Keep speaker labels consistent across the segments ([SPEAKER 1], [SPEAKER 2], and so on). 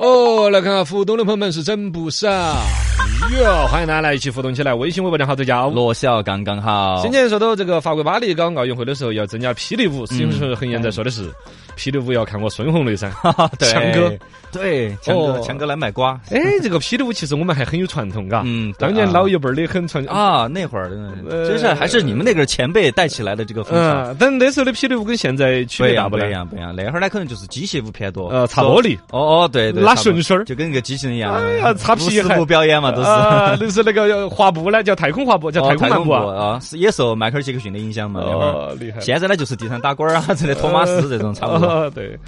[SPEAKER 1] 哦，来看看互动的朋友们是真不少哟！欢迎大家来一起互动起来，微信、微博账号都叫。
[SPEAKER 2] 罗笑刚刚好
[SPEAKER 1] 先。前说到这个法国巴黎搞奥运会的时候要增加霹雳舞，是不是很严在说的
[SPEAKER 2] 嗯
[SPEAKER 1] 是霹雳舞要看我孙红雷噻？
[SPEAKER 2] 对
[SPEAKER 1] 强哥，
[SPEAKER 2] 对，强哥，
[SPEAKER 1] 哦
[SPEAKER 2] 强哥来买瓜。
[SPEAKER 1] 哎，这个霹雳舞其实我们还很有传统，嘎。
[SPEAKER 2] 嗯对
[SPEAKER 1] 当年
[SPEAKER 2] 啊
[SPEAKER 1] 老一辈儿的很传啊。
[SPEAKER 2] 啊，那会儿嗯
[SPEAKER 1] 呃
[SPEAKER 2] 真是还是你们那个前辈带起来的这个风潮，
[SPEAKER 1] 嗯，但那时候的霹雳舞跟现在区
[SPEAKER 2] 不一
[SPEAKER 1] 别大不
[SPEAKER 2] 样，不一
[SPEAKER 1] 呢？
[SPEAKER 2] 样，不一样。那会儿呢，可能就是机械舞偏多，
[SPEAKER 1] 呃，擦
[SPEAKER 2] 走
[SPEAKER 1] 玻璃，
[SPEAKER 2] 哦哦，对对，
[SPEAKER 1] 拉
[SPEAKER 2] 差不多
[SPEAKER 1] 绳绳儿
[SPEAKER 2] 就跟个机器人一样，啊
[SPEAKER 1] 哎呀擦屁
[SPEAKER 2] 无实
[SPEAKER 1] 孩
[SPEAKER 2] 物表演嘛，都是。
[SPEAKER 1] 啊，就是那个滑步呢，叫太空滑步，叫
[SPEAKER 2] 哦
[SPEAKER 1] 太空漫步
[SPEAKER 2] 步
[SPEAKER 1] 啊。
[SPEAKER 2] 啊，是也受迈克尔杰克逊的影响嘛，那会儿。
[SPEAKER 1] 哦，厉害。
[SPEAKER 2] 现在呢，就是地上打滚儿啊， 这类托马斯这种啊差不多。
[SPEAKER 1] 哦，对，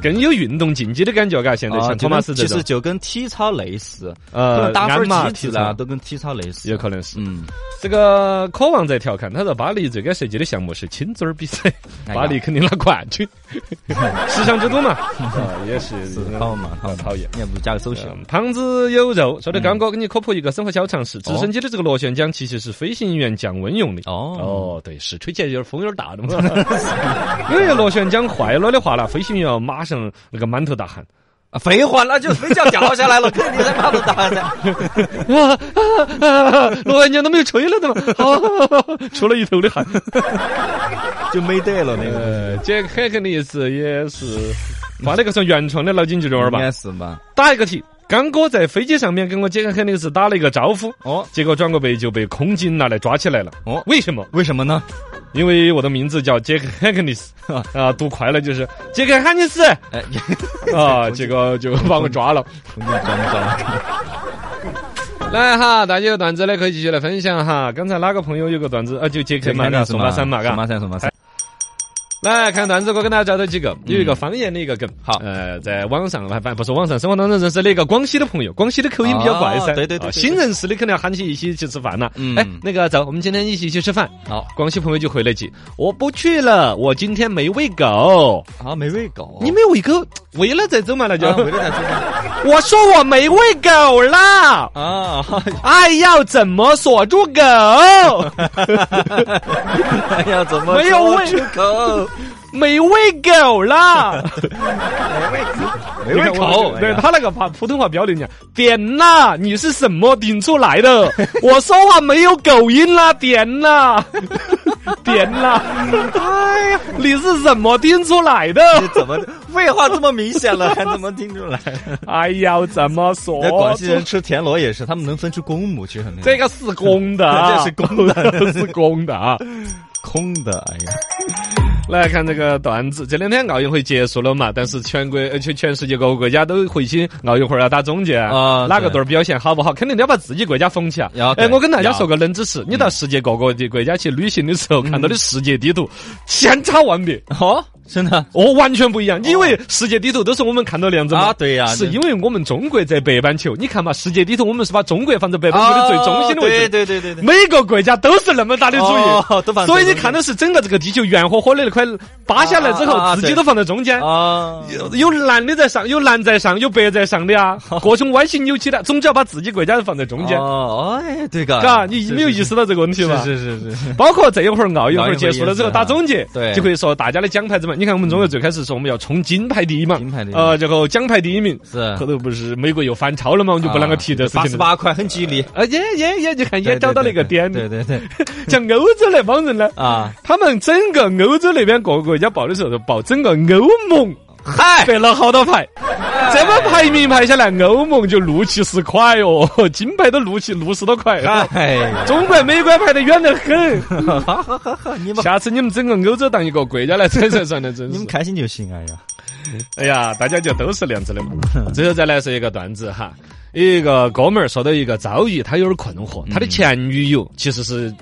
[SPEAKER 1] 更有运动竞技的感觉，嘎，现在
[SPEAKER 2] 啊
[SPEAKER 1] 像
[SPEAKER 2] 就
[SPEAKER 1] 托
[SPEAKER 2] 跟
[SPEAKER 1] 马斯这
[SPEAKER 2] 其
[SPEAKER 1] 种
[SPEAKER 2] 实，就跟体操类似，可
[SPEAKER 1] 呃
[SPEAKER 2] 能，打
[SPEAKER 1] 鞍
[SPEAKER 2] 分
[SPEAKER 1] 马
[SPEAKER 2] 儿
[SPEAKER 1] 体
[SPEAKER 2] 机制
[SPEAKER 1] 操
[SPEAKER 2] 啊，都跟体操类似。
[SPEAKER 1] 有可能是。
[SPEAKER 2] 嗯，
[SPEAKER 1] 这个渴望在调侃，他说巴黎最该设计的项目是亲嘴儿比赛，
[SPEAKER 2] 哎呀
[SPEAKER 1] 巴黎肯定拿冠 军，时尚之都嘛，啊也是
[SPEAKER 2] 好嘛，好嘛
[SPEAKER 1] 讨厌。
[SPEAKER 2] 你要不加个手续？
[SPEAKER 1] 嗯胖子有肉，说的刚哥给你科普一个生活小常识：直升机的这个螺旋桨其实是飞行员降温用的。
[SPEAKER 2] 哦，
[SPEAKER 1] 哦，对，是吹起来有点风有点大的嘛。 因为螺旋桨坏了的话呢，飞行员要马上那个满头大汗。
[SPEAKER 2] 啊废话，那就飞机要掉下来了， 肯定在马路打噻。
[SPEAKER 1] 啊啊啊！螺旋桨都没有吹了的嘛，好，出了一头的汗。
[SPEAKER 2] 就没得了 那个。
[SPEAKER 1] 呃，这个很肯的意思也是，画那个算原创的脑筋急转弯
[SPEAKER 2] 应该
[SPEAKER 1] 吧。
[SPEAKER 2] 是吧？
[SPEAKER 1] 打一个题，刚哥在飞机上面跟我杰克肯定是打了一个招呼，
[SPEAKER 2] 哦
[SPEAKER 1] 结果转过背就被空警拿来抓起来了。
[SPEAKER 2] 哦，
[SPEAKER 1] 为什么？
[SPEAKER 2] 为什么呢？
[SPEAKER 1] 因为我的名字叫杰克汉克尼斯啊，读快了就是杰克汉尼斯
[SPEAKER 2] 哎，
[SPEAKER 1] 啊，结果就把我抓了。
[SPEAKER 2] 空间装不 装？
[SPEAKER 1] 来哈，大家有段子的可以继续来分享哈。刚才哪个朋友有个段子啊？就杰克嘛，嘎
[SPEAKER 2] 送
[SPEAKER 1] 送马三嘛，嘎
[SPEAKER 2] 马。三，送马三。
[SPEAKER 1] 来看段子，我跟大家找到几个，有一个方言的一个梗。
[SPEAKER 2] 好
[SPEAKER 1] 呃，在网上反正不是网上，生活当中认识了一个广西的朋友，广西的口音比较怪噻。
[SPEAKER 2] 哦啊对
[SPEAKER 1] 啊
[SPEAKER 2] 对对对对
[SPEAKER 1] 新认识的肯定要喊起一起去吃饭了。
[SPEAKER 2] 嗯
[SPEAKER 1] 哎，那个走，我们今天一起去吃饭。
[SPEAKER 2] 好
[SPEAKER 1] 广西朋友就回了一句：“我不去了，我今天没喂狗。
[SPEAKER 2] 啊，没喂狗，
[SPEAKER 1] 你没喂狗，喂了再走嘛，那就。
[SPEAKER 2] 啊回来再 说
[SPEAKER 1] 我说我没喂狗啦，
[SPEAKER 2] 啊！
[SPEAKER 1] 爱要怎么锁住狗？
[SPEAKER 2] 哎呀，怎么
[SPEAKER 1] 没有
[SPEAKER 2] 说
[SPEAKER 1] 喂
[SPEAKER 2] 出口？
[SPEAKER 1] 没喂狗啦。
[SPEAKER 2] 没
[SPEAKER 1] 你看
[SPEAKER 2] 喂
[SPEAKER 1] 我
[SPEAKER 2] 口，哎
[SPEAKER 1] 对他那个把普通话标准讲，点呐，你是什么顶出来 的？我说话没有狗音啦，点呐， 点呐，哎呀，你是怎么顶出来的？
[SPEAKER 2] 这怎么 废话这么明显 了，还怎么听出来？
[SPEAKER 1] 哎呀，怎么说
[SPEAKER 2] 那？广西人吃田螺也是，他们能分出公母去，很厉害
[SPEAKER 1] 这个是公的啊，
[SPEAKER 2] 这是 公的
[SPEAKER 1] 是公的啊。
[SPEAKER 2] 空的，哎呀，
[SPEAKER 1] 来看这个段子，这两天奥运会结束了嘛，但是全国呃全全世界各个国家都回去奥运会要打总结
[SPEAKER 2] 啊
[SPEAKER 1] 哪个
[SPEAKER 2] 对
[SPEAKER 1] 队儿表现好不好，肯定都要把自己国家捧起啊
[SPEAKER 2] 要。
[SPEAKER 1] 哎，
[SPEAKER 2] 嗯对
[SPEAKER 1] 我跟大家说个冷知识，你到世界各国的国家去旅行的时候，看到的世界地图千差万别，
[SPEAKER 2] 哦，真的
[SPEAKER 1] 哦，完全不一样。你以为世界地图都是我们看到的样子吗
[SPEAKER 2] 啊，？对呀，
[SPEAKER 1] 是
[SPEAKER 2] 这
[SPEAKER 1] 因为我们中国在北半球，你看嘛，世界地图我们是把中国放在北半球的最中心的位
[SPEAKER 2] 哦
[SPEAKER 1] 置，
[SPEAKER 2] 对对对对对，
[SPEAKER 1] 每个国家都是那么大的主意，
[SPEAKER 2] 哦都放
[SPEAKER 1] 所以你
[SPEAKER 2] 中间
[SPEAKER 1] 看的是整个这个地球圆和和的那块扒下来之后，
[SPEAKER 2] 啊啊啊
[SPEAKER 1] 自己
[SPEAKER 2] 对
[SPEAKER 1] 都放在中间。
[SPEAKER 2] 啊，
[SPEAKER 1] 有有蓝的在上，有蓝在上，有白在上的 啊，各种歪七扭七的，总之要把自己国家放在中间，
[SPEAKER 2] 哦，哎，对个，
[SPEAKER 1] 嘎，你没有意
[SPEAKER 2] 思
[SPEAKER 1] 识到这个问题吧？
[SPEAKER 2] 是是是是，
[SPEAKER 1] 包括这一会儿奥运会结束了之后
[SPEAKER 2] 奥运会也是啊
[SPEAKER 1] 打总结，
[SPEAKER 2] 对
[SPEAKER 1] 就可以说大家的奖牌怎么样？你看我们中国最开始说我们要冲金牌第一嘛，
[SPEAKER 2] 金牌第一啊
[SPEAKER 1] 呃，然后奖牌第一名，
[SPEAKER 2] 是啊
[SPEAKER 1] 后头不是美国又反超了嘛，我们就不啷个提这事
[SPEAKER 2] 八
[SPEAKER 1] 情
[SPEAKER 2] 十
[SPEAKER 1] 了。
[SPEAKER 2] 八块很吉利，
[SPEAKER 1] 啊，也也也，你看也找到了一个点，
[SPEAKER 2] 对对对
[SPEAKER 1] 像欧洲那帮人呢，
[SPEAKER 2] 啊，
[SPEAKER 1] 他们整个欧洲那边各个国家报的时候，报整个欧盟
[SPEAKER 2] 嗨，
[SPEAKER 1] 得了好多 牌，这么排名排下来，欧盟就六七十块哦， 金牌都六七六十多块。
[SPEAKER 2] 嗨，
[SPEAKER 1] 中国、美国排得远得很，
[SPEAKER 2] 好好好好，你们
[SPEAKER 1] 下次你们整个欧洲当一个国家来整才算的，真
[SPEAKER 2] 你们
[SPEAKER 1] 是。
[SPEAKER 2] 开心就行，哎呀，
[SPEAKER 1] 哎呀，大家就都是那样子的嘛。最后再来说一个段子哈，一个哥们儿说到一个遭遇，他有点困惑，他的前女友其实是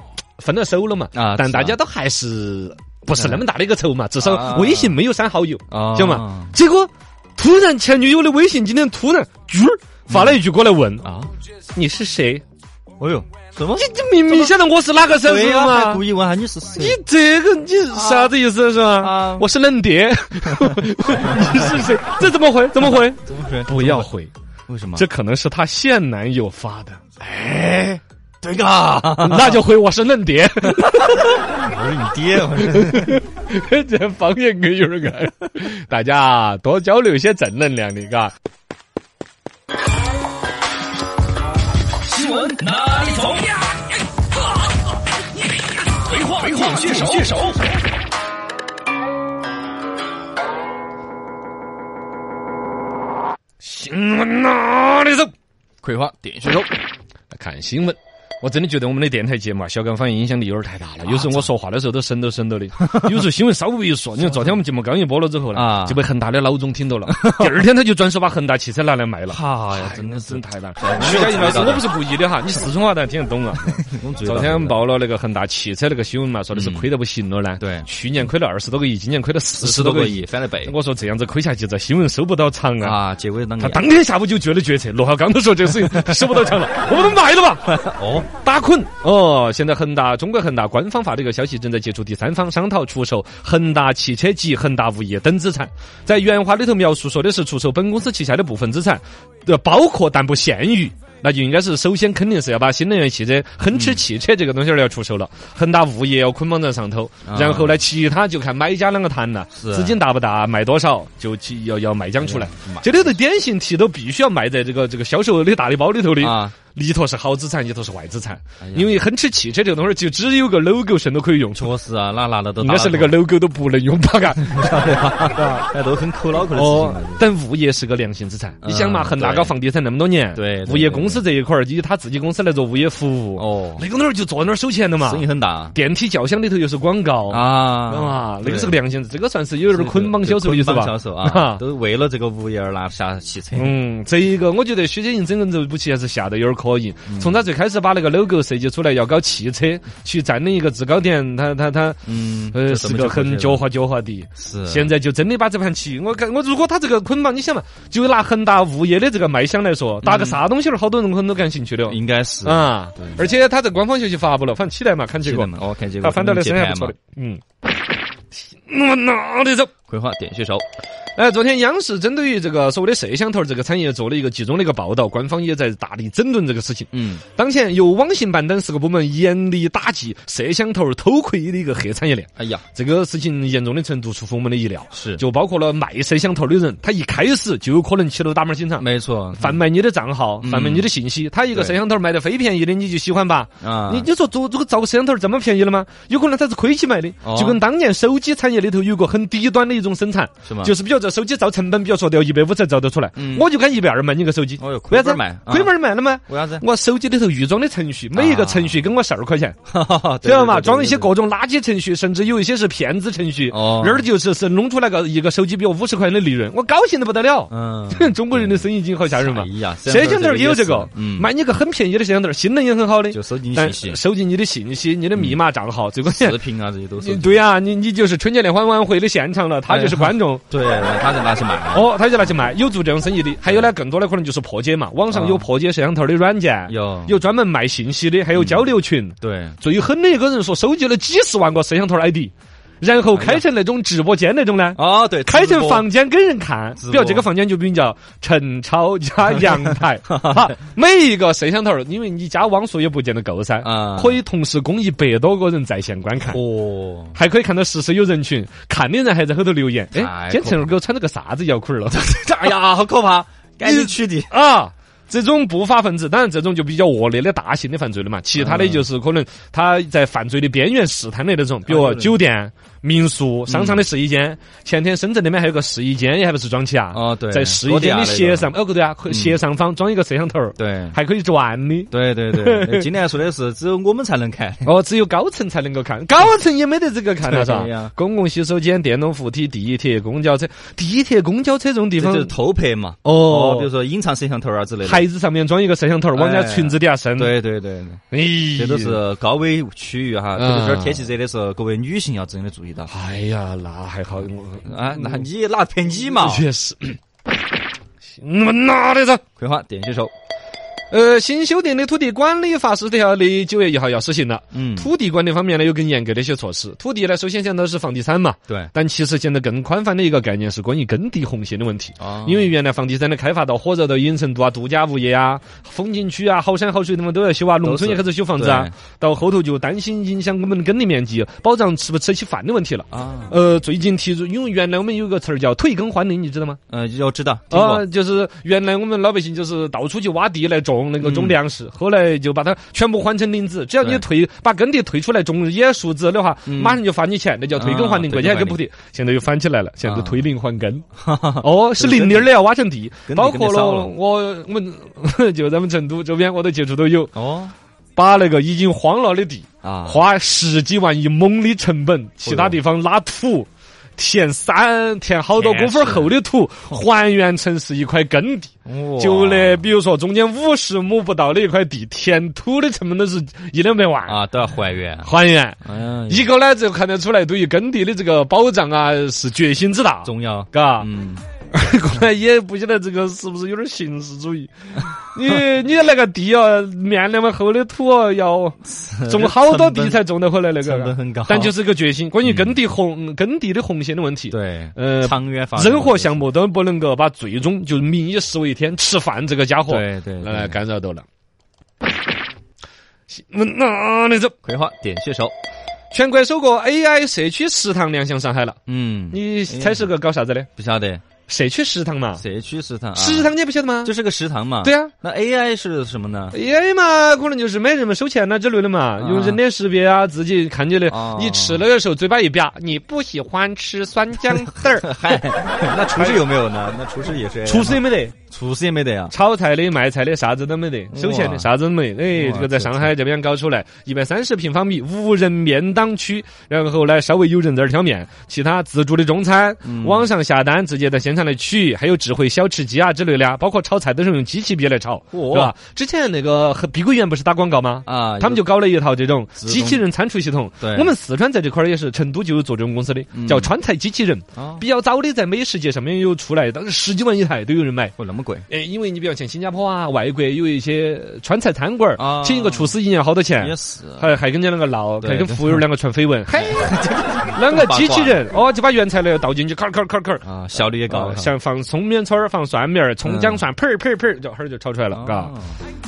[SPEAKER 1] 分了手了嘛，
[SPEAKER 2] 啊
[SPEAKER 1] 但
[SPEAKER 2] 是
[SPEAKER 1] 大
[SPEAKER 2] 啊
[SPEAKER 1] 家都还是不是那么大的一个仇嘛，至少
[SPEAKER 2] 啊
[SPEAKER 1] 微信没有删好友。
[SPEAKER 2] 哦
[SPEAKER 1] 晓得嘛？结果突然前女友的微信今天突然啾儿发了一句过来问、
[SPEAKER 2] 啊，
[SPEAKER 1] 你是谁？
[SPEAKER 2] 哎呦，什么
[SPEAKER 1] 你？这明明晓得我是哪个省
[SPEAKER 2] 对
[SPEAKER 1] 市
[SPEAKER 2] 呀，还
[SPEAKER 1] 嘛
[SPEAKER 2] 故？意问下你是
[SPEAKER 1] 你
[SPEAKER 2] 谁？
[SPEAKER 1] 这个你啥子意思是吧？
[SPEAKER 2] 啊
[SPEAKER 1] 我是冷爹， 你是谁？这怎么回？怎么回？
[SPEAKER 2] 怎么回事
[SPEAKER 1] 不要，回，
[SPEAKER 2] 为什么？
[SPEAKER 1] 这可能是她现男友发的，
[SPEAKER 2] 哎，对 个，
[SPEAKER 1] 那就回我是嫩爹。
[SPEAKER 2] 我是你爹，我 是
[SPEAKER 1] 这方言梗有点儿硬，大家多交流一些正能量的，嘎。
[SPEAKER 3] 新闻哪里走？肥话肥话选手选手。
[SPEAKER 1] 新闻哪里走？葵花点穴手，来看新闻。我真的觉得我们的电台节目啊，小刚方言影响力有点太大了。有时候我说话的时候都省都省啊抖的， 有时候新闻稍微一说，你看昨天我们节目刚一播了之后呢
[SPEAKER 2] 啊，
[SPEAKER 1] 就被恒大的老总听 到了，第二天他就转手把恒大汽车拿来卖了。
[SPEAKER 2] 好呀，
[SPEAKER 1] 真的 是太难。徐佳莹老师，我不是故意的哈，你四川话咱听得懂啊。昨天报了那个恒大汽车那个新闻嘛，说的是亏得不行了呢。
[SPEAKER 2] 对
[SPEAKER 1] 去年亏了二十多个亿，今年亏了四十多个亿。
[SPEAKER 2] 翻了倍
[SPEAKER 1] 我说这样子亏下去，这新闻收不到场啊。
[SPEAKER 2] 啊！结尾当
[SPEAKER 1] 他
[SPEAKER 2] 年
[SPEAKER 1] 当天下午就做了决策，罗小刚都说这个事情收不到场了，我们买了吧？
[SPEAKER 2] 哦，
[SPEAKER 1] 打捆哦！现在恒大中国恒大官方发这个消息，正在接触第三方商讨出售恒大汽车及恒大物业等资产。在原话里头描述说的是出售本公司旗下的部分资产，呃，包括但不限于。那就应该是首先肯定是要把新能源汽车、恒驰汽车这个东西儿要出售了，恒大物业要捆绑在上头，然后呢，其他就看买家啷个谈了，
[SPEAKER 2] 是
[SPEAKER 1] 资金大不大，卖多少就去要要卖将出来。这里头典型题都必须要卖在这个这个销售的大礼包里头的
[SPEAKER 2] 啊
[SPEAKER 1] 里头是好资产，里头是坏资产。
[SPEAKER 2] 哎
[SPEAKER 1] 因为恒驰汽车这个东西儿就只有个 logo 神都可以用出，
[SPEAKER 2] 确实啊，哪哪的都
[SPEAKER 1] 应该是那个 logo 都不能用吧？ 嘎。
[SPEAKER 2] 那哎都很抠脑壳的事情
[SPEAKER 1] 哦
[SPEAKER 2] 了。，
[SPEAKER 1] 但物业是个良性资产。你想嘛，
[SPEAKER 2] 嗯
[SPEAKER 1] 恒大
[SPEAKER 2] 对
[SPEAKER 1] 搞房地产那么多年，
[SPEAKER 2] 对对
[SPEAKER 1] 物业
[SPEAKER 2] 对
[SPEAKER 1] 公司这一块儿以他自己公司来做物业服务，
[SPEAKER 2] 哦
[SPEAKER 1] 那个那儿就坐那儿收钱的嘛
[SPEAKER 2] 生。意很大
[SPEAKER 1] 电梯轿厢里头又是广告，
[SPEAKER 2] 啊。
[SPEAKER 1] 啊，那个是个良性，这个算是有点儿捆绑销售的意思
[SPEAKER 2] 捆
[SPEAKER 1] 吧？
[SPEAKER 2] 绑销售
[SPEAKER 1] 哈
[SPEAKER 2] 啊，都是为了这个物业而拿下汽车。
[SPEAKER 1] 嗯，这一个我觉得薛佳莹整个人不起还是下得有点可以。
[SPEAKER 2] 嗯
[SPEAKER 1] 从他最开始把那个 logo 设计出来要搞汽车，去占领一个制高点，他他他，
[SPEAKER 2] 嗯，
[SPEAKER 1] 呃，
[SPEAKER 2] 这
[SPEAKER 1] 是
[SPEAKER 2] 怎么
[SPEAKER 1] 个
[SPEAKER 2] 就不
[SPEAKER 1] 很
[SPEAKER 2] 是
[SPEAKER 1] 狡猾狡猾的。
[SPEAKER 2] 是啊
[SPEAKER 1] 现在就真的把这盘棋，我感我如果他这个捆绑，你想嘛，就拿恒大物业的这个卖相来说，打个啥东西儿，好多人可能都感兴趣的哦。
[SPEAKER 2] 应该是
[SPEAKER 1] 啊，
[SPEAKER 2] 嗯
[SPEAKER 1] 而且他在官方消息发布了，反正期待嘛，看结
[SPEAKER 2] 这
[SPEAKER 1] 果
[SPEAKER 2] 个。嘛，我看结
[SPEAKER 1] 他
[SPEAKER 2] 果嗯
[SPEAKER 1] 翻到来声音还不
[SPEAKER 2] 可
[SPEAKER 1] 错
[SPEAKER 2] 能
[SPEAKER 1] 的
[SPEAKER 2] 接，
[SPEAKER 1] 嗯。我哪里走？
[SPEAKER 2] 盘嘛。葵花点穴手，
[SPEAKER 1] 哎，昨天央视针对于这个所谓的摄像头这个产业做了一个集中的一个报道，官方也在大力整顿这个事情。
[SPEAKER 2] 嗯，
[SPEAKER 1] 当前由网信办等四个部门严厉打击摄像头偷窥的一个黑产业链。
[SPEAKER 2] 哎呀，
[SPEAKER 1] 这个事情严重的程度出乎我们的意料，
[SPEAKER 2] 是
[SPEAKER 1] 就包括了卖摄像头的人，他一开始就有可能骑楼打门进场，
[SPEAKER 2] 没错，
[SPEAKER 1] 贩卖你的账号，贩卖你的信息。他一个
[SPEAKER 2] 对
[SPEAKER 1] 摄像头卖的非便宜的，你就喜欢吧？
[SPEAKER 2] 啊，
[SPEAKER 1] 你你说做这个造个摄像头这么便宜了吗？有可能它是亏起卖的，
[SPEAKER 2] 哦
[SPEAKER 1] 就跟当年手机产业里头有个很低端的一种生产，
[SPEAKER 2] 是吗
[SPEAKER 1] 就是比如这手机造成本，比如说都要一百五才造得出来，
[SPEAKER 2] 嗯
[SPEAKER 1] 我就敢一百二卖你个手机，
[SPEAKER 2] 哦哟
[SPEAKER 1] 为啥
[SPEAKER 2] 亏
[SPEAKER 1] 子
[SPEAKER 2] 本卖啊
[SPEAKER 1] 亏本卖了吗？
[SPEAKER 2] 为 啥子？
[SPEAKER 1] 我手机里头预装的程序，每一个
[SPEAKER 2] 啊
[SPEAKER 1] 程序跟我十二块钱，
[SPEAKER 2] 知
[SPEAKER 1] 知道吗？装一些各种垃圾程序，甚至有一些是骗子程序，
[SPEAKER 2] 哦
[SPEAKER 1] 那儿就是是弄出来个一个手机比我五十块钱的利润，我高兴的不得了。
[SPEAKER 2] 嗯，
[SPEAKER 1] 中国人的生意经好吓人嘛
[SPEAKER 2] 哎呀，
[SPEAKER 1] 摄像头也有这个，
[SPEAKER 2] 嗯，
[SPEAKER 1] 买你个很便宜的摄像头，性能也很好的，
[SPEAKER 2] 就收集你
[SPEAKER 1] 但
[SPEAKER 2] 信息、
[SPEAKER 1] 收集你的信息、你的密码、账号，最关键
[SPEAKER 2] 视。频啊这些都是哎
[SPEAKER 1] 你。对呀、你你就是春节联欢晚会的现场了，他就是观众，
[SPEAKER 2] 对，他是拿去买的。
[SPEAKER 1] 哦，他就拿去卖，有做这种生意的。还有呢，更多的可能就是破解嘛，网上有
[SPEAKER 2] 啊
[SPEAKER 1] 破解摄像头的软件，
[SPEAKER 2] 有嗯
[SPEAKER 1] 有专门卖信息的，还有交流群。
[SPEAKER 2] 对，
[SPEAKER 1] 最狠的一个人说收集了几十万个摄像头 ID，然后开成那种直播间那种呢。
[SPEAKER 2] 哦对，
[SPEAKER 1] 开成
[SPEAKER 2] 直播
[SPEAKER 1] 房间给人看，
[SPEAKER 2] 直
[SPEAKER 1] 比
[SPEAKER 2] 播
[SPEAKER 1] 如这个房间就比如叫陈超家阳 台，
[SPEAKER 2] 哎
[SPEAKER 1] 哈，每一个摄像头，因为你家网速也不见得够噻
[SPEAKER 2] 啊，
[SPEAKER 1] 可以同时供一百多个人在线观看。
[SPEAKER 2] 哦，
[SPEAKER 1] 还可以看到实时有人群，看的人还在后头留言。哎，
[SPEAKER 2] 太
[SPEAKER 1] 今天陈二狗穿了个啥子摇裤儿了？
[SPEAKER 2] 哎呀，好可怕！赶紧取缔。
[SPEAKER 1] 啊，这种不法分子，当然这种就比较恶劣的大型的犯罪了嘛。其他
[SPEAKER 2] 嗯
[SPEAKER 1] 的就是可能他在犯罪的边缘试探的那种，比如
[SPEAKER 2] 啊对对
[SPEAKER 1] 酒店、民宿、商场的试衣间。前天深圳那边还有个试衣间，也还不是装起啊。
[SPEAKER 2] 哦对
[SPEAKER 1] 在试衣间的斜上，哦不对啊，
[SPEAKER 2] 嗯
[SPEAKER 1] 可斜上方装一个摄像头儿，
[SPEAKER 2] 对，
[SPEAKER 1] 还可以转的。
[SPEAKER 2] 对 对对，哎今年说的是只有我们才能看。
[SPEAKER 1] 哦，只有高层才能够看，高层也没得这个看了
[SPEAKER 2] 嗯对呀
[SPEAKER 1] 噻。公共洗手间、电动扶梯、地铁、公交车、地铁、公交车这 种地
[SPEAKER 2] 这
[SPEAKER 1] 方
[SPEAKER 2] 就是，偷拍嘛。
[SPEAKER 1] 哦
[SPEAKER 2] 比如说隐藏摄像头啊之类的。
[SPEAKER 1] 鞋子上面装一个摄像头儿，往人家
[SPEAKER 2] 哎
[SPEAKER 1] 裙子底下伸。，
[SPEAKER 2] 对对对，
[SPEAKER 1] 哎，
[SPEAKER 2] 这都是高危区域哈，特别是这
[SPEAKER 1] 嗯
[SPEAKER 2] 儿天气热的时候，各位女性要真的注意到
[SPEAKER 1] 哎呀，那还好，我
[SPEAKER 2] 啊。那你那拍 你嘛？
[SPEAKER 1] 确实。嗯新闻哪里走？
[SPEAKER 2] 葵花点穴手，
[SPEAKER 1] 呃，新修订的土地管理法十条的九月一号要施行了。
[SPEAKER 2] 嗯，
[SPEAKER 1] 土地管理方面呢，有更严格的一些措施。土地呢，首先讲到是房地产嘛，
[SPEAKER 2] 对，
[SPEAKER 1] 但其实现在更宽泛的一个概念是关于耕地红线的问题。
[SPEAKER 2] 哦
[SPEAKER 1] 因为原来房地产的开发到火热到影城度啊、度假物业啊、风景区啊、好山好水地方都要修啊，农村也开始修房子啊
[SPEAKER 2] 对。
[SPEAKER 1] 到后头就担心影响我们的耕地面积，保障吃不吃起饭的问题了。
[SPEAKER 2] 啊，
[SPEAKER 1] 呃，最近提出，因为原来我们有个词儿叫“退耕还林”，你知道吗？
[SPEAKER 2] 呃，要知道，听
[SPEAKER 1] 啊，
[SPEAKER 2] 过
[SPEAKER 1] 就是原来我们老百姓就是到处去挖地来种，种，能够种粮食。后来就把它全部换成零子，只要你
[SPEAKER 2] 对
[SPEAKER 1] 退把耕地退出来种野树子的话，马上就发你钱，那叫退耕还林，
[SPEAKER 2] 啊
[SPEAKER 1] 国
[SPEAKER 2] 退
[SPEAKER 1] 家
[SPEAKER 2] 耕
[SPEAKER 1] 还给补
[SPEAKER 2] 还
[SPEAKER 1] 贴。现在又翻起来了，现在
[SPEAKER 2] 啊
[SPEAKER 1] 退林还 耕。哦，是零零的要挖成地，
[SPEAKER 2] 耕地
[SPEAKER 1] 包括
[SPEAKER 2] 耕地
[SPEAKER 1] 了
[SPEAKER 2] 少了
[SPEAKER 1] 我我们 就咱们成都周边，我都接触都有，
[SPEAKER 2] 哦
[SPEAKER 1] 把那个已经荒了的地，
[SPEAKER 2] 啊，
[SPEAKER 1] 花十几万一亩的成本，其他地方拉土。填三填好多公分厚的土，还原成是一块耕地。
[SPEAKER 2] 哇
[SPEAKER 1] 就那，比如说中间五十亩不到的一块地，填土的成本都是一两百万。
[SPEAKER 2] 啊，都要还原。
[SPEAKER 1] 还原
[SPEAKER 2] 哎呀，
[SPEAKER 1] 一个呢，就看得出来对于耕地的这个保障啊是决心之大，
[SPEAKER 2] 重要。
[SPEAKER 1] 嘎。
[SPEAKER 2] 嗯，
[SPEAKER 1] 过来也不晓得这个是不是有点形式主义。 你你那个地啊，面那么厚的土啊，要种好多地才种得回来那个，
[SPEAKER 2] 呃嗯成本很高
[SPEAKER 1] 但就是个决心。关于耕地红耕地的红线的问题，，
[SPEAKER 2] 嗯对，
[SPEAKER 1] 呃，
[SPEAKER 2] 长远发展。
[SPEAKER 1] 任何项目都不能够把最终就是民以食为天，吃饭这个家伙
[SPEAKER 2] 对对，
[SPEAKER 1] 来
[SPEAKER 2] 对
[SPEAKER 1] 干扰到了。那那那这
[SPEAKER 2] 葵花点穴手。
[SPEAKER 1] 全国首个 AI 社区食堂亮相上海了，
[SPEAKER 2] 嗯，
[SPEAKER 1] 你猜是个搞啥子的？
[SPEAKER 2] 不晓得
[SPEAKER 1] 社区食堂嘛，
[SPEAKER 2] 社区食堂啊，
[SPEAKER 1] 食堂你也不晓得吗？
[SPEAKER 2] 就是个食堂嘛。
[SPEAKER 1] 对。啊，
[SPEAKER 2] 那 AI 是什么呢？
[SPEAKER 1] AI 嘛，可能就是买人们收钱呐之类的
[SPEAKER 2] 啊
[SPEAKER 1] 嘛，用人脸识别啊，自己看见的
[SPEAKER 2] 哦，。
[SPEAKER 1] 你吃那个时候嘴巴一瘪，你不喜欢吃酸姜丝儿
[SPEAKER 2] 嗨，那厨师有没有呢？那厨师也是 AI 吗
[SPEAKER 1] 厨师也没得，
[SPEAKER 2] 厨师也没得啊呀。
[SPEAKER 1] 炒菜的、卖菜的，啥子都没得，收钱的
[SPEAKER 2] 哇
[SPEAKER 1] 啥子都没。哎，
[SPEAKER 2] 哇
[SPEAKER 1] 这个在上海这边搞出来，一百三十平方米无人面档区，然后呢，稍微有人在这儿挑面，其他自助的中餐，
[SPEAKER 2] 嗯
[SPEAKER 1] 网上下单直接在现场来取，还有智慧小吃机啊之类的啊，包括炒菜都是用机器笔来炒，
[SPEAKER 2] 哇
[SPEAKER 1] 对吧？之前那个和碧桂园不是打广告吗？
[SPEAKER 2] 啊，
[SPEAKER 1] 他们
[SPEAKER 2] 有
[SPEAKER 1] 就搞了一套这种
[SPEAKER 2] 自动
[SPEAKER 1] 机器人餐厨系统。
[SPEAKER 2] 对
[SPEAKER 1] 我们四川在这块儿也是，成都就有做这种公司的，叫川菜机器人。
[SPEAKER 2] 啊，
[SPEAKER 1] 比较早的在美食界上面有出来，当时十几万一台都有人买。
[SPEAKER 2] 哦，那么贵
[SPEAKER 1] 哎，因为你比如像新加坡啊，外国有一些川菜餐馆儿，
[SPEAKER 2] 啊
[SPEAKER 1] 请一个厨师一年好多钱
[SPEAKER 2] 也，是。
[SPEAKER 1] 还还跟人家那个闹，
[SPEAKER 2] 对
[SPEAKER 1] 还跟服务员两个传绯闻，嘿，两个机器 人哦就把原材料倒进去，咔儿咔儿咔儿咔儿。
[SPEAKER 2] 啊，效率也高嗯
[SPEAKER 1] 啊，像放葱面葱儿，放蒜苗儿，葱姜蒜，砰儿砰儿砰儿，就哈儿就炒出来了，嘎、
[SPEAKER 2] 啊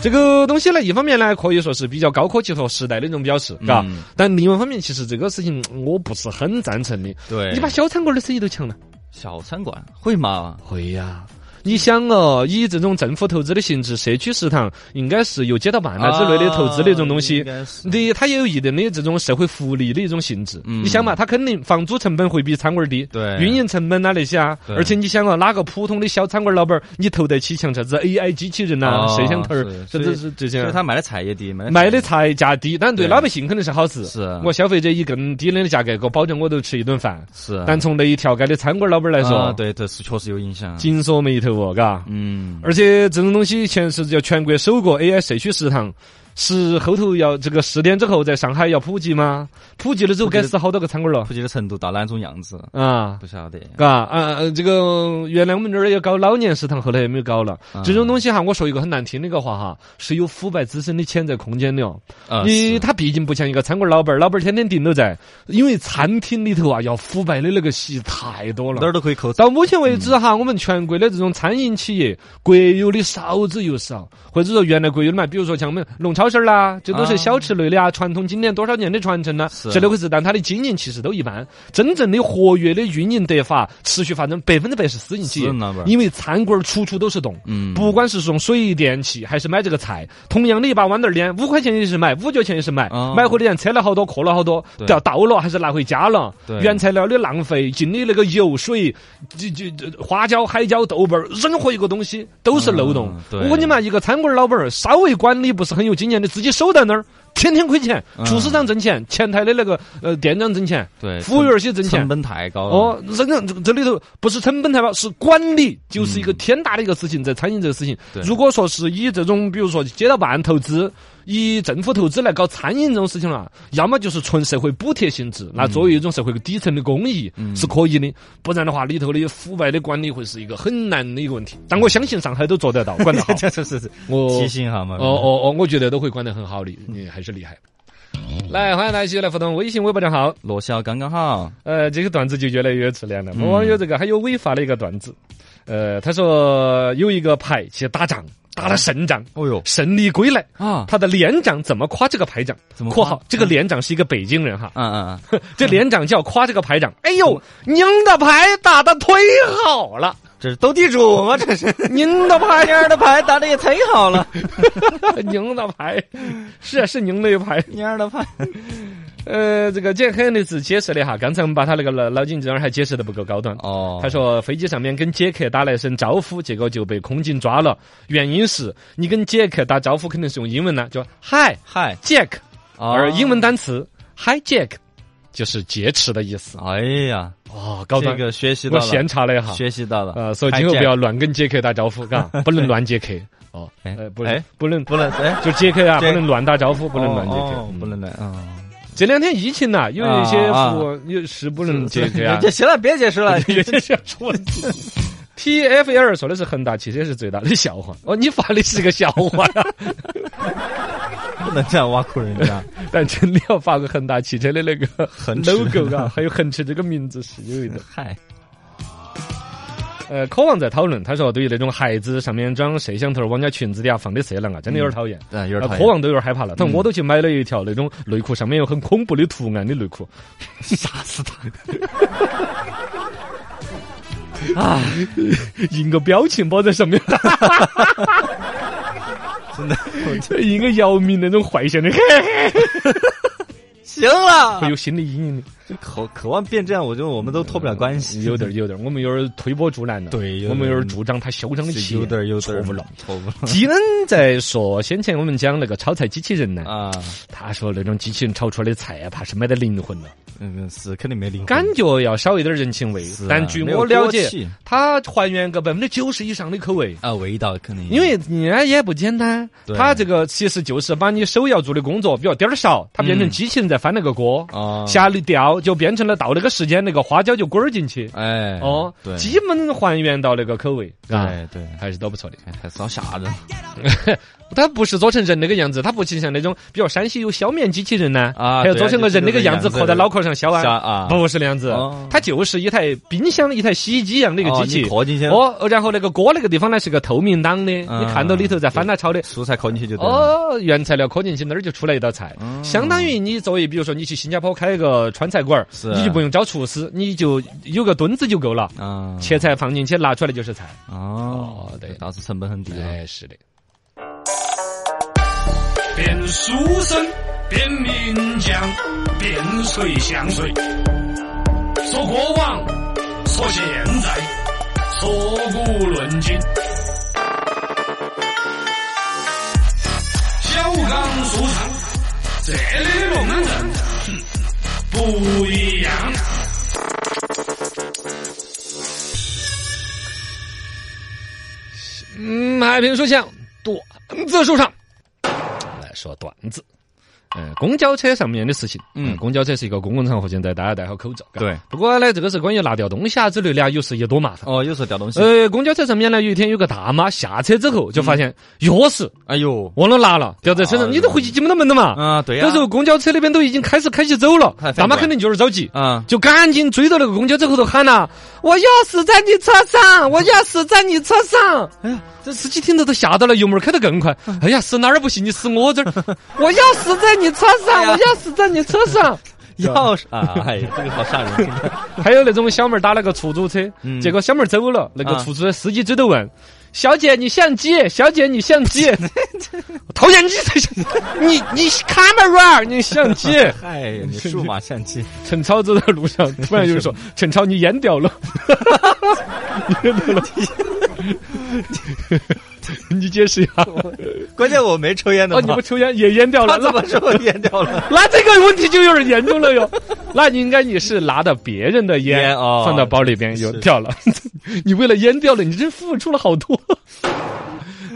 [SPEAKER 1] 这个东西呢，一方面呢，可以说是比较高科技和时代的一种表示，嘎、
[SPEAKER 2] 嗯
[SPEAKER 1] 但另外一方面，其实这个事情嗯我不是很赞成的。
[SPEAKER 2] 对，
[SPEAKER 1] 你把小餐馆的生意都抢了，
[SPEAKER 2] 小餐馆会吗？
[SPEAKER 1] 会呀、你想哦，以这种政府投资的形式，社区食堂应该是由街道办啊之类的投资的一种东西
[SPEAKER 2] 应。该是
[SPEAKER 1] 你它也有一定的这种社会福利的一种性质，
[SPEAKER 2] 嗯
[SPEAKER 1] 你想嘛，它肯定房租成本会比餐馆儿低，
[SPEAKER 2] 对
[SPEAKER 1] 运营成本呐、那些啊，
[SPEAKER 2] 对
[SPEAKER 1] 而且你想啊，哪个普通的小餐馆老板儿，你投得起像啥子 AI 机器人呐、
[SPEAKER 2] 哦
[SPEAKER 1] 摄像头儿
[SPEAKER 2] 是，
[SPEAKER 1] 这
[SPEAKER 2] 所
[SPEAKER 1] 这
[SPEAKER 2] 以
[SPEAKER 1] 是这些
[SPEAKER 2] 就
[SPEAKER 1] 啊。
[SPEAKER 2] 是他卖的菜也低，卖
[SPEAKER 1] 卖的
[SPEAKER 2] 菜
[SPEAKER 1] 菜价低，但对
[SPEAKER 2] 对啊
[SPEAKER 1] 老百姓肯定是好事。
[SPEAKER 2] 是
[SPEAKER 1] 我消费者以更低廉的价格，我保证我都吃一顿饭。
[SPEAKER 2] 是，
[SPEAKER 1] 但从那一条街的餐馆老板来
[SPEAKER 2] 啊
[SPEAKER 1] 说，
[SPEAKER 2] 对，这是确实有影响。
[SPEAKER 1] 紧锁眉头哦，嘎。
[SPEAKER 2] 嗯，
[SPEAKER 1] 而且这种东西全是叫全国首个 AI 社区食堂，是后头要这个试点之后在上海要普及吗？普及了之后该死好多个餐馆了
[SPEAKER 2] 估计这成都到哪种样子，
[SPEAKER 1] 啊！
[SPEAKER 2] 不晓得。
[SPEAKER 1] 嘎啊，呃这个原来我们这儿也搞老年食堂，后来也没有搞了。
[SPEAKER 2] 啊嗯
[SPEAKER 1] 这种东西哈，我说一个很难听的一个话哈，是有腐败滋生的潜在空间的哦。
[SPEAKER 2] 啊
[SPEAKER 1] 你
[SPEAKER 2] 是
[SPEAKER 1] 他毕竟不像一个餐馆老板儿，老板儿天天盯都在，因为餐厅里头啊要腐败的那个戏太多
[SPEAKER 2] 哪
[SPEAKER 1] 了。
[SPEAKER 2] 儿都可以扣
[SPEAKER 1] 到目前为
[SPEAKER 2] 嗯
[SPEAKER 1] 止哈，我们全国的这种餐饮企业，国有的少之又少，或者说原来国有的嘛，比如说像我们龙超市儿啦，这都是
[SPEAKER 2] 啊
[SPEAKER 1] 小吃类的啊，传统经典多少年的传承呢，
[SPEAKER 2] 是
[SPEAKER 1] 这类回事。但它的经营其实都一般，真正的活跃的运营得法，持续发展，百分之百是私营企业
[SPEAKER 2] 私人老板，儿
[SPEAKER 1] 因为餐馆儿处处都是洞。
[SPEAKER 2] 嗯，
[SPEAKER 1] 不管是用水电气还是买这个菜，同样的一把豌豆儿尖，五块钱也是买，五角钱也是买，
[SPEAKER 2] 哦
[SPEAKER 1] 买回来人车了好多，克了好多，
[SPEAKER 2] 对
[SPEAKER 1] 掉倒了还是拿回家了
[SPEAKER 2] 对，
[SPEAKER 1] 原材料的浪费，进的那个油水，就就就花椒、海椒、豆瓣儿，任何一个东西都是漏洞
[SPEAKER 2] 嗯。对
[SPEAKER 1] 我跟你嘛，一个餐馆老板儿稍微管理不是很有经验的，自己守在那儿。天天亏钱，
[SPEAKER 2] 嗯
[SPEAKER 1] 厨师长挣钱，前台的那个呃店长挣钱，
[SPEAKER 2] 对，
[SPEAKER 1] 服务员儿些挣钱
[SPEAKER 2] 成，本太高了。
[SPEAKER 1] 哦，真正这这里头不是成本太高，是管理，就是一个天大的一个事情，在餐饮这个事情
[SPEAKER 2] 对。
[SPEAKER 1] 如果说是以这种，比如说街道办投资。以政府投资来搞餐饮这种事情了，要么就是纯社会补贴性质，那作为一种社会底层的公益是可以的，不然的话里头的腐败的管理会是一个很难的一个问题。但我相信上海都做得到，管
[SPEAKER 2] 。
[SPEAKER 1] 得好
[SPEAKER 2] 这 是是是
[SPEAKER 1] 我
[SPEAKER 2] 提醒一下嘛。
[SPEAKER 1] 哦哦哦，我觉得都会管得很好的，你还是厉害。来，欢迎大家继续来互动，微信、微博账号。
[SPEAKER 2] 罗小刚刚好，
[SPEAKER 1] 呃，这个段子就越来越有质量了。我们网友这个还有违法的一个段子，呃，他说有一个牌去打仗，打了胜仗，
[SPEAKER 2] 哦哟
[SPEAKER 1] 胜利归来。
[SPEAKER 2] 啊，
[SPEAKER 1] 他的连长怎么夸这啊个排长？
[SPEAKER 2] 怎么
[SPEAKER 1] 括
[SPEAKER 2] 夸
[SPEAKER 1] 号这个连长是一个北京人哈，
[SPEAKER 2] 嗯嗯
[SPEAKER 1] 啊嗯 这连长就要夸这个排长。哎呦，娘的牌打的忒好了！
[SPEAKER 2] 这是斗地主吗？这是您的牌，儿的牌打的也忒好了，
[SPEAKER 1] 赢的牌，是啊，是赢了一牌。
[SPEAKER 2] 您儿的牌，
[SPEAKER 1] 呃，这个健黑的只解释了一下，刚才我们把他那个脑脑筋急转弯还解释的不够高端。
[SPEAKER 2] 哦
[SPEAKER 1] 他说飞机上面跟杰克打了一声招呼，结果就被空警抓了。原因是你跟杰克打招呼肯定是用英文哦呢，就 Hi
[SPEAKER 2] 嗨，
[SPEAKER 1] Jack，、而英文
[SPEAKER 2] 单，
[SPEAKER 1] 单词 Hi Jack 就是劫持的意思。
[SPEAKER 2] 哎呀，
[SPEAKER 1] 哦，高
[SPEAKER 2] 这
[SPEAKER 1] 端，
[SPEAKER 2] 个学习到
[SPEAKER 1] 我
[SPEAKER 2] 了，
[SPEAKER 1] 闲查了一下。
[SPEAKER 2] 学习到了，
[SPEAKER 1] 呃，所以今后不要乱跟杰克打招呼，嘎， 不能乱杰克。哦，
[SPEAKER 2] 哎
[SPEAKER 1] 呃，不
[SPEAKER 2] 哎
[SPEAKER 1] 能，不能，
[SPEAKER 2] 不能哎，
[SPEAKER 1] 就杰克啊，不
[SPEAKER 2] 这
[SPEAKER 1] 能乱打招呼，不
[SPEAKER 2] 不
[SPEAKER 1] 能乱杰
[SPEAKER 2] 哦
[SPEAKER 1] 克，
[SPEAKER 2] 不
[SPEAKER 1] 嗯
[SPEAKER 2] 能乱啊，
[SPEAKER 1] 这两天疫情呐，有一些
[SPEAKER 2] 啊啊
[SPEAKER 1] 服务有是不能接客 啊，
[SPEAKER 2] 这，行了，别解释了
[SPEAKER 1] 有些是要出问题。T F L 说的是恒大汽车是最大的笑话，哦，你发的是个笑 话呀、
[SPEAKER 2] 不能这样挖苦人 家，
[SPEAKER 1] 但真的要发个恒大汽车的那个
[SPEAKER 2] 恒驰
[SPEAKER 1] logo 啊，还有恒驰这个名字是有一 点。
[SPEAKER 2] 嗨，
[SPEAKER 1] 呃，科王在讨论，他说对于那种孩子上面装摄像头往人家裙子底下放的色狼啊，真的有点讨厌。
[SPEAKER 2] 但嗯有
[SPEAKER 1] 啊
[SPEAKER 2] 点讨
[SPEAKER 1] 科
[SPEAKER 2] 厌，嗯
[SPEAKER 1] 王都有点害怕了，但我都去买了一条那种内裤，上面有很恐怖的图案的内裤。
[SPEAKER 2] 杀死他，啊
[SPEAKER 1] 印个表情包在上面，
[SPEAKER 2] 真的，
[SPEAKER 1] 印个姚明那种坏笑的，嘿嘿嘿
[SPEAKER 2] 行了
[SPEAKER 1] 会，有心理阴影的，
[SPEAKER 2] 就渴渴望变这样，我觉得我们都脱不了关系，
[SPEAKER 1] 有点儿有点儿，我们有点儿推波助澜了，
[SPEAKER 2] 对有点儿
[SPEAKER 1] 我们有点儿助长他嚣张的气焰，
[SPEAKER 2] 有点儿有点儿
[SPEAKER 1] 错误了。
[SPEAKER 2] 错误了
[SPEAKER 1] 吉恩在说，先前我们讲那个炒菜机器人呢，
[SPEAKER 2] 啊，
[SPEAKER 1] 他说那种机器人炒出来的菜啊，怕是没得灵魂了，
[SPEAKER 2] 嗯，是肯定没灵魂，
[SPEAKER 1] 感觉要少一点儿人情味。
[SPEAKER 2] 啊
[SPEAKER 1] 但据
[SPEAKER 2] 没有
[SPEAKER 1] 我了
[SPEAKER 2] 锅
[SPEAKER 1] 解
[SPEAKER 2] 气，
[SPEAKER 1] 他还原个百分之九十以上的口味。
[SPEAKER 2] 啊，味道肯定，
[SPEAKER 1] 因为人家也不简单，
[SPEAKER 2] 对
[SPEAKER 1] 他这个其实就是把你手要做的工作，比如点儿少，它变成
[SPEAKER 2] 嗯
[SPEAKER 1] 机器人在翻那个锅，
[SPEAKER 2] 啊，
[SPEAKER 1] 下了调就变成了到那个时间那个花椒就滚儿进去，
[SPEAKER 2] 哎，
[SPEAKER 1] 哦，
[SPEAKER 2] 对，
[SPEAKER 1] 基本还原到那个口味，啊，
[SPEAKER 2] 对对，
[SPEAKER 1] 还是都不错的。
[SPEAKER 2] 哎还是好吓人了
[SPEAKER 1] 它不是做成人那个样子，它不像那种，比如陕西有削面机器人呢，
[SPEAKER 2] 啊
[SPEAKER 1] 还有
[SPEAKER 2] 对
[SPEAKER 1] 做成个人那个样子，
[SPEAKER 2] 就是那个样子
[SPEAKER 1] 刻在脑壳上削
[SPEAKER 2] 吓
[SPEAKER 1] 啊，
[SPEAKER 2] 啊，
[SPEAKER 1] 不是那样子
[SPEAKER 2] 哦，
[SPEAKER 1] 它就是一台冰箱、一台洗衣机一样的一个机器。
[SPEAKER 2] 哦你磕进去，
[SPEAKER 1] 哦，然后那个锅那个地方呢是个透明档的，
[SPEAKER 2] 嗯
[SPEAKER 1] 你看到里头在翻来炒的。
[SPEAKER 2] 蔬菜磕进去就对了，
[SPEAKER 1] 哦，原材料磕进去那儿就出来一道菜，
[SPEAKER 2] 嗯
[SPEAKER 1] 相当于你作为比如说你去新加坡开一个川菜馆儿，
[SPEAKER 2] 是
[SPEAKER 1] 你就不用找厨师，你就有个墩子就够了，
[SPEAKER 2] 啊，
[SPEAKER 1] 切菜放进去拿出来就是菜。
[SPEAKER 2] 哦
[SPEAKER 1] 哦，对哎
[SPEAKER 2] 当时成本很低了，，
[SPEAKER 1] 是的。
[SPEAKER 3] 变书生，变名将，变谁像谁？说过往，说现在，说古论今。小刚书场，这里的龙门阵哼不一样。
[SPEAKER 1] 嗯，海平说像段子书上来说段子。呃，公交车上面的事情，
[SPEAKER 2] 嗯
[SPEAKER 1] 呃公交车是一个公共场合，现在大家戴好口罩。嘎
[SPEAKER 2] 对
[SPEAKER 1] 不过呢，这个是关于拿掉东西啊之类的啊，有时也多麻烦。
[SPEAKER 2] 哦，又是掉东西，
[SPEAKER 1] 呃，公交车上面呢，有一天有个大妈下车之后就发现钥匙
[SPEAKER 2] 哎呦，
[SPEAKER 1] 忘了拿了，掉在车上，
[SPEAKER 2] 哎
[SPEAKER 1] 你都回去进不到门的嘛。
[SPEAKER 2] 啊，对呀，
[SPEAKER 1] 这时候公交车那边都已经开始开起走了
[SPEAKER 2] 太，烦
[SPEAKER 1] 大妈
[SPEAKER 2] 了
[SPEAKER 1] 肯定就是着急。
[SPEAKER 2] 啊，
[SPEAKER 1] 就赶紧追到那个公交车后头喊呐、我钥匙在你车上，我钥匙在你车上。哎呀，这司机听到都吓到了，油门开得更快。
[SPEAKER 2] 嗯
[SPEAKER 1] 哎呀，是哪儿不行？你是我 这儿，我钥匙在你车上，
[SPEAKER 2] 哎呀
[SPEAKER 1] 我钥匙在你车 上。
[SPEAKER 2] 钥匙啊，哎，这个好吓人，真 的
[SPEAKER 1] 还有那种小妹儿打了个出租车，
[SPEAKER 2] 嗯
[SPEAKER 1] 结果小妹儿走了，那个
[SPEAKER 2] 啊
[SPEAKER 1] 出租车司机追头问。小姐，你相机？小姐，你相 机？讨厌你 才相，你你 camera，你相机？
[SPEAKER 2] 嗨，你数码相 机，
[SPEAKER 1] 陈超走在路 上，突然有人说：“陈超，你淹掉了，你淹掉 了。”你解释一下，
[SPEAKER 2] 关键我没抽烟的
[SPEAKER 1] 哦，你
[SPEAKER 2] 嘛
[SPEAKER 1] 不，抽烟也淹掉了
[SPEAKER 2] 他，怎么说我烟 掉了？
[SPEAKER 1] 那那这个问题就有点严重了 哟。那你应该你是拿的别人的烟
[SPEAKER 2] 烟哦
[SPEAKER 1] 放到包里边又
[SPEAKER 2] 是
[SPEAKER 1] 掉了， 你为了淹掉了，你真付出了好 多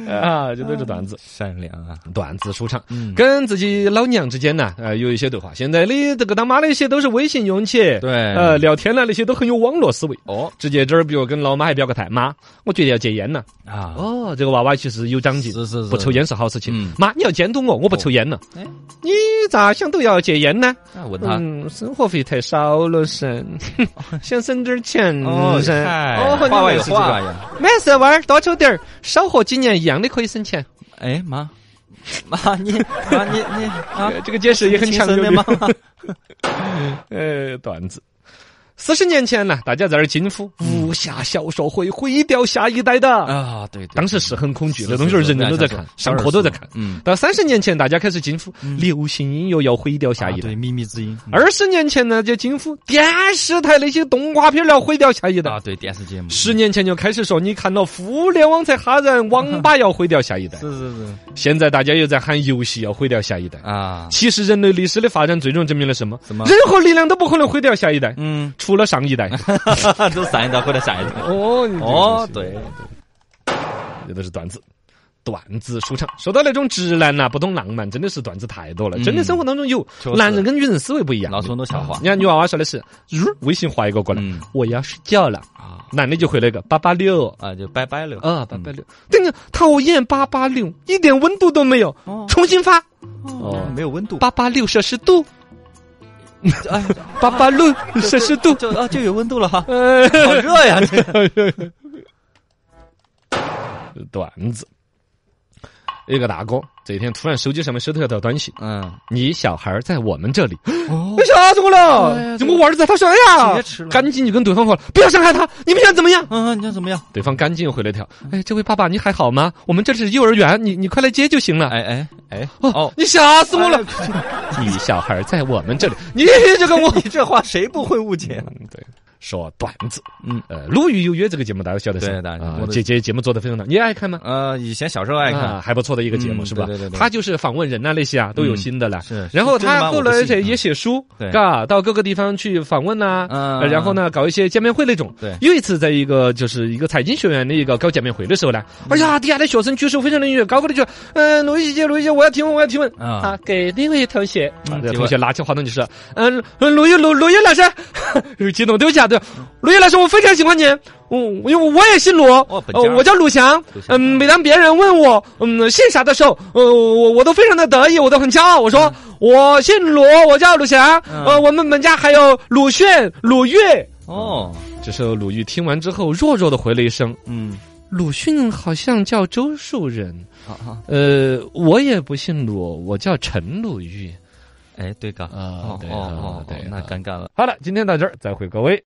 [SPEAKER 1] 啊！这都是段子。
[SPEAKER 2] 善良啊，
[SPEAKER 1] 段子舒畅，
[SPEAKER 2] 嗯
[SPEAKER 1] 跟自己老娘之间呢，呃，有一些对话。现在的这个当妈那些都是微信用起，
[SPEAKER 2] 对
[SPEAKER 1] 呃，聊天呢那些都很有网络思维。
[SPEAKER 2] 哦
[SPEAKER 1] 直接这儿，比如跟老妈还表个态，妈，我决定要戒烟了。
[SPEAKER 2] 啊，
[SPEAKER 1] 哦，这个娃娃其实有长进，
[SPEAKER 2] 是是是
[SPEAKER 1] 不抽烟是好事情。
[SPEAKER 2] 嗯
[SPEAKER 1] 妈，你要监督我，我不抽烟了。
[SPEAKER 2] 哎啊
[SPEAKER 1] 你咋想都要戒烟呢？
[SPEAKER 2] 那问他
[SPEAKER 1] 嗯，生活费太少了 噻，想省点儿钱
[SPEAKER 2] 哦，
[SPEAKER 1] 噻。
[SPEAKER 2] 嗨，
[SPEAKER 1] 你
[SPEAKER 2] 话外
[SPEAKER 1] 每
[SPEAKER 2] 有
[SPEAKER 1] 次
[SPEAKER 2] 话
[SPEAKER 1] 就
[SPEAKER 2] 呀，
[SPEAKER 1] 没事娃儿多抽点儿，少活几年一样的可以省钱。
[SPEAKER 2] 哎妈，妈你妈你你 啊，
[SPEAKER 1] 这个解释也很
[SPEAKER 2] 亲
[SPEAKER 1] 强
[SPEAKER 2] 生
[SPEAKER 1] 有
[SPEAKER 2] 的
[SPEAKER 1] 力
[SPEAKER 2] 妈。妈，
[SPEAKER 1] 呃，段子。四十年前呢，大家在那儿惊呼：“武侠小说会毁掉下一代的。
[SPEAKER 2] 嗯啊，对对，
[SPEAKER 1] 当时是很恐惧，
[SPEAKER 2] 是
[SPEAKER 1] 那东西儿人人都在看，
[SPEAKER 2] 是
[SPEAKER 1] 上课都在看。
[SPEAKER 2] 嗯，
[SPEAKER 1] 到三十年前，大家开始惊呼：“流行音乐要毁掉下
[SPEAKER 2] 啊
[SPEAKER 1] 一代。
[SPEAKER 2] 对秘密之音，嗯
[SPEAKER 1] 二十年前呢，就惊呼电视台那些动画片儿要毁掉下一代。
[SPEAKER 2] 啊，对电视节目，
[SPEAKER 1] 十年前就开始说，你看了互联网才吓人，网吧要毁掉下一代。
[SPEAKER 2] 是是是
[SPEAKER 1] 现在大家又在喊游戏要毁掉下一代。
[SPEAKER 2] 嗯啊，
[SPEAKER 1] 其实人类历史的发展最终证明了什么？
[SPEAKER 2] 什么
[SPEAKER 1] 任何力量都不可能毁掉下一代，
[SPEAKER 2] 嗯，
[SPEAKER 1] 除了上一代。
[SPEAKER 2] 都上一代或者下一代，
[SPEAKER 1] 哦
[SPEAKER 2] 哦，对，
[SPEAKER 1] 这都是段子。段子舒畅，说到那种直男呐、不懂浪漫，真的是段子太多了。真的生活当中有
[SPEAKER 2] 嗯确，实
[SPEAKER 1] 男人跟女人思维不一样。嗯
[SPEAKER 2] 闹出很多笑话
[SPEAKER 1] 你看女娃娃说的是，呜微信划一个过来，
[SPEAKER 2] 嗯
[SPEAKER 1] 我要睡觉了。
[SPEAKER 2] 啊
[SPEAKER 1] 男的就回了一个八八六
[SPEAKER 2] 啊，就拜拜了
[SPEAKER 1] 啊，八八六。等你讨厌八八六，一点温度都没有，
[SPEAKER 2] 哦
[SPEAKER 1] 重新发
[SPEAKER 2] 哦，没有温度，
[SPEAKER 1] 八八六摄氏度，
[SPEAKER 2] 哎，
[SPEAKER 1] 八八六摄氏 度。
[SPEAKER 2] 就啊就有温度了 哈，
[SPEAKER 1] 呃，
[SPEAKER 2] 好热呀， 这个
[SPEAKER 1] 段子。有一个大哥这一天突然手机上面收到一条短信：“
[SPEAKER 2] 嗯，
[SPEAKER 1] 你小孩在我们 这里。”
[SPEAKER 2] 哦
[SPEAKER 1] 你吓死我
[SPEAKER 2] 哎呀
[SPEAKER 1] 了！我儿子在他说：“哎
[SPEAKER 2] 直接
[SPEAKER 1] 呀
[SPEAKER 2] 吃了，
[SPEAKER 1] 赶紧你跟对方说，不要伤害他，你们想怎么样
[SPEAKER 2] 嗯，你想怎么样？”？
[SPEAKER 1] 对方赶紧又回了一条：“哎，这位爸爸你还好吗？我们这是幼儿园，你你快来接就行了。
[SPEAKER 2] 哎哎哎”，
[SPEAKER 1] 哦
[SPEAKER 2] 哦，，
[SPEAKER 1] 你吓死我了！
[SPEAKER 2] 哎
[SPEAKER 1] 你小孩在我们这里， 你 这个我
[SPEAKER 2] 你这话谁不会误解？
[SPEAKER 1] 嗯对。说段子，
[SPEAKER 2] 嗯
[SPEAKER 1] 嗯，呃，《鲁豫有约》这个节目大家晓得是吧
[SPEAKER 2] 对大家
[SPEAKER 1] 啊
[SPEAKER 2] 我，的
[SPEAKER 1] 姐姐节目做的非常的，你也爱看吗？
[SPEAKER 2] 呃，以前小时候爱看，
[SPEAKER 1] 啊，还不错的一个节目
[SPEAKER 2] 嗯
[SPEAKER 1] 是吧
[SPEAKER 2] 对对对？对
[SPEAKER 1] 他就是访问人呐那些啊，都有新的了。
[SPEAKER 2] 是是
[SPEAKER 1] 然后
[SPEAKER 2] 真的吗
[SPEAKER 1] 他后
[SPEAKER 2] 我不
[SPEAKER 1] 来
[SPEAKER 2] 信
[SPEAKER 1] 也也写书
[SPEAKER 2] 嗯对，
[SPEAKER 1] 嘎，到各个地方去访问呐，
[SPEAKER 2] 嗯
[SPEAKER 1] 呃然后呢搞一些见面会那种。
[SPEAKER 2] 对
[SPEAKER 1] 有一次在一个就是一个财经学院的一个搞见面会的时候呢，哎呀，底下的学生举手非常的踊跃，高高的就，嗯，罗一姐，罗一姐，我要提问，我要提问。
[SPEAKER 2] 啊
[SPEAKER 1] 啊，给那位同学，
[SPEAKER 2] 嗯
[SPEAKER 1] 啊
[SPEAKER 2] 提
[SPEAKER 1] 这
[SPEAKER 2] 问
[SPEAKER 1] 同学拿起话筒就说，嗯，嗯罗一罗罗一老师， 激动，对不起啊，对，罗一老师，我非常喜欢你，嗯，因为我也姓罗，
[SPEAKER 2] 哦本
[SPEAKER 1] 呃
[SPEAKER 2] 家儿
[SPEAKER 1] 我叫鲁翔
[SPEAKER 2] 鲁，翔
[SPEAKER 1] 嗯，每当别人问我嗯姓啥的时候，呃，我我都非常的得意，我都很骄傲。我说、我姓罗，我叫鲁翔，
[SPEAKER 2] 嗯
[SPEAKER 1] 呃，我们本家还有鲁迅、鲁豫。
[SPEAKER 2] 哦，
[SPEAKER 1] 这时候鲁豫听完之后，弱弱的回了一声
[SPEAKER 2] 嗯，：“
[SPEAKER 1] 鲁迅好像叫周树人，
[SPEAKER 2] 好好，
[SPEAKER 1] 呃，我也不姓鲁，我叫陈鲁豫。
[SPEAKER 2] 哎，对嘎，
[SPEAKER 1] 啊
[SPEAKER 2] 哦
[SPEAKER 1] 对
[SPEAKER 2] 哦哦
[SPEAKER 1] 啊，对
[SPEAKER 2] 哦那
[SPEAKER 1] 啊
[SPEAKER 2] 尴尬了。”
[SPEAKER 1] 好了，今天到这儿，再会各位。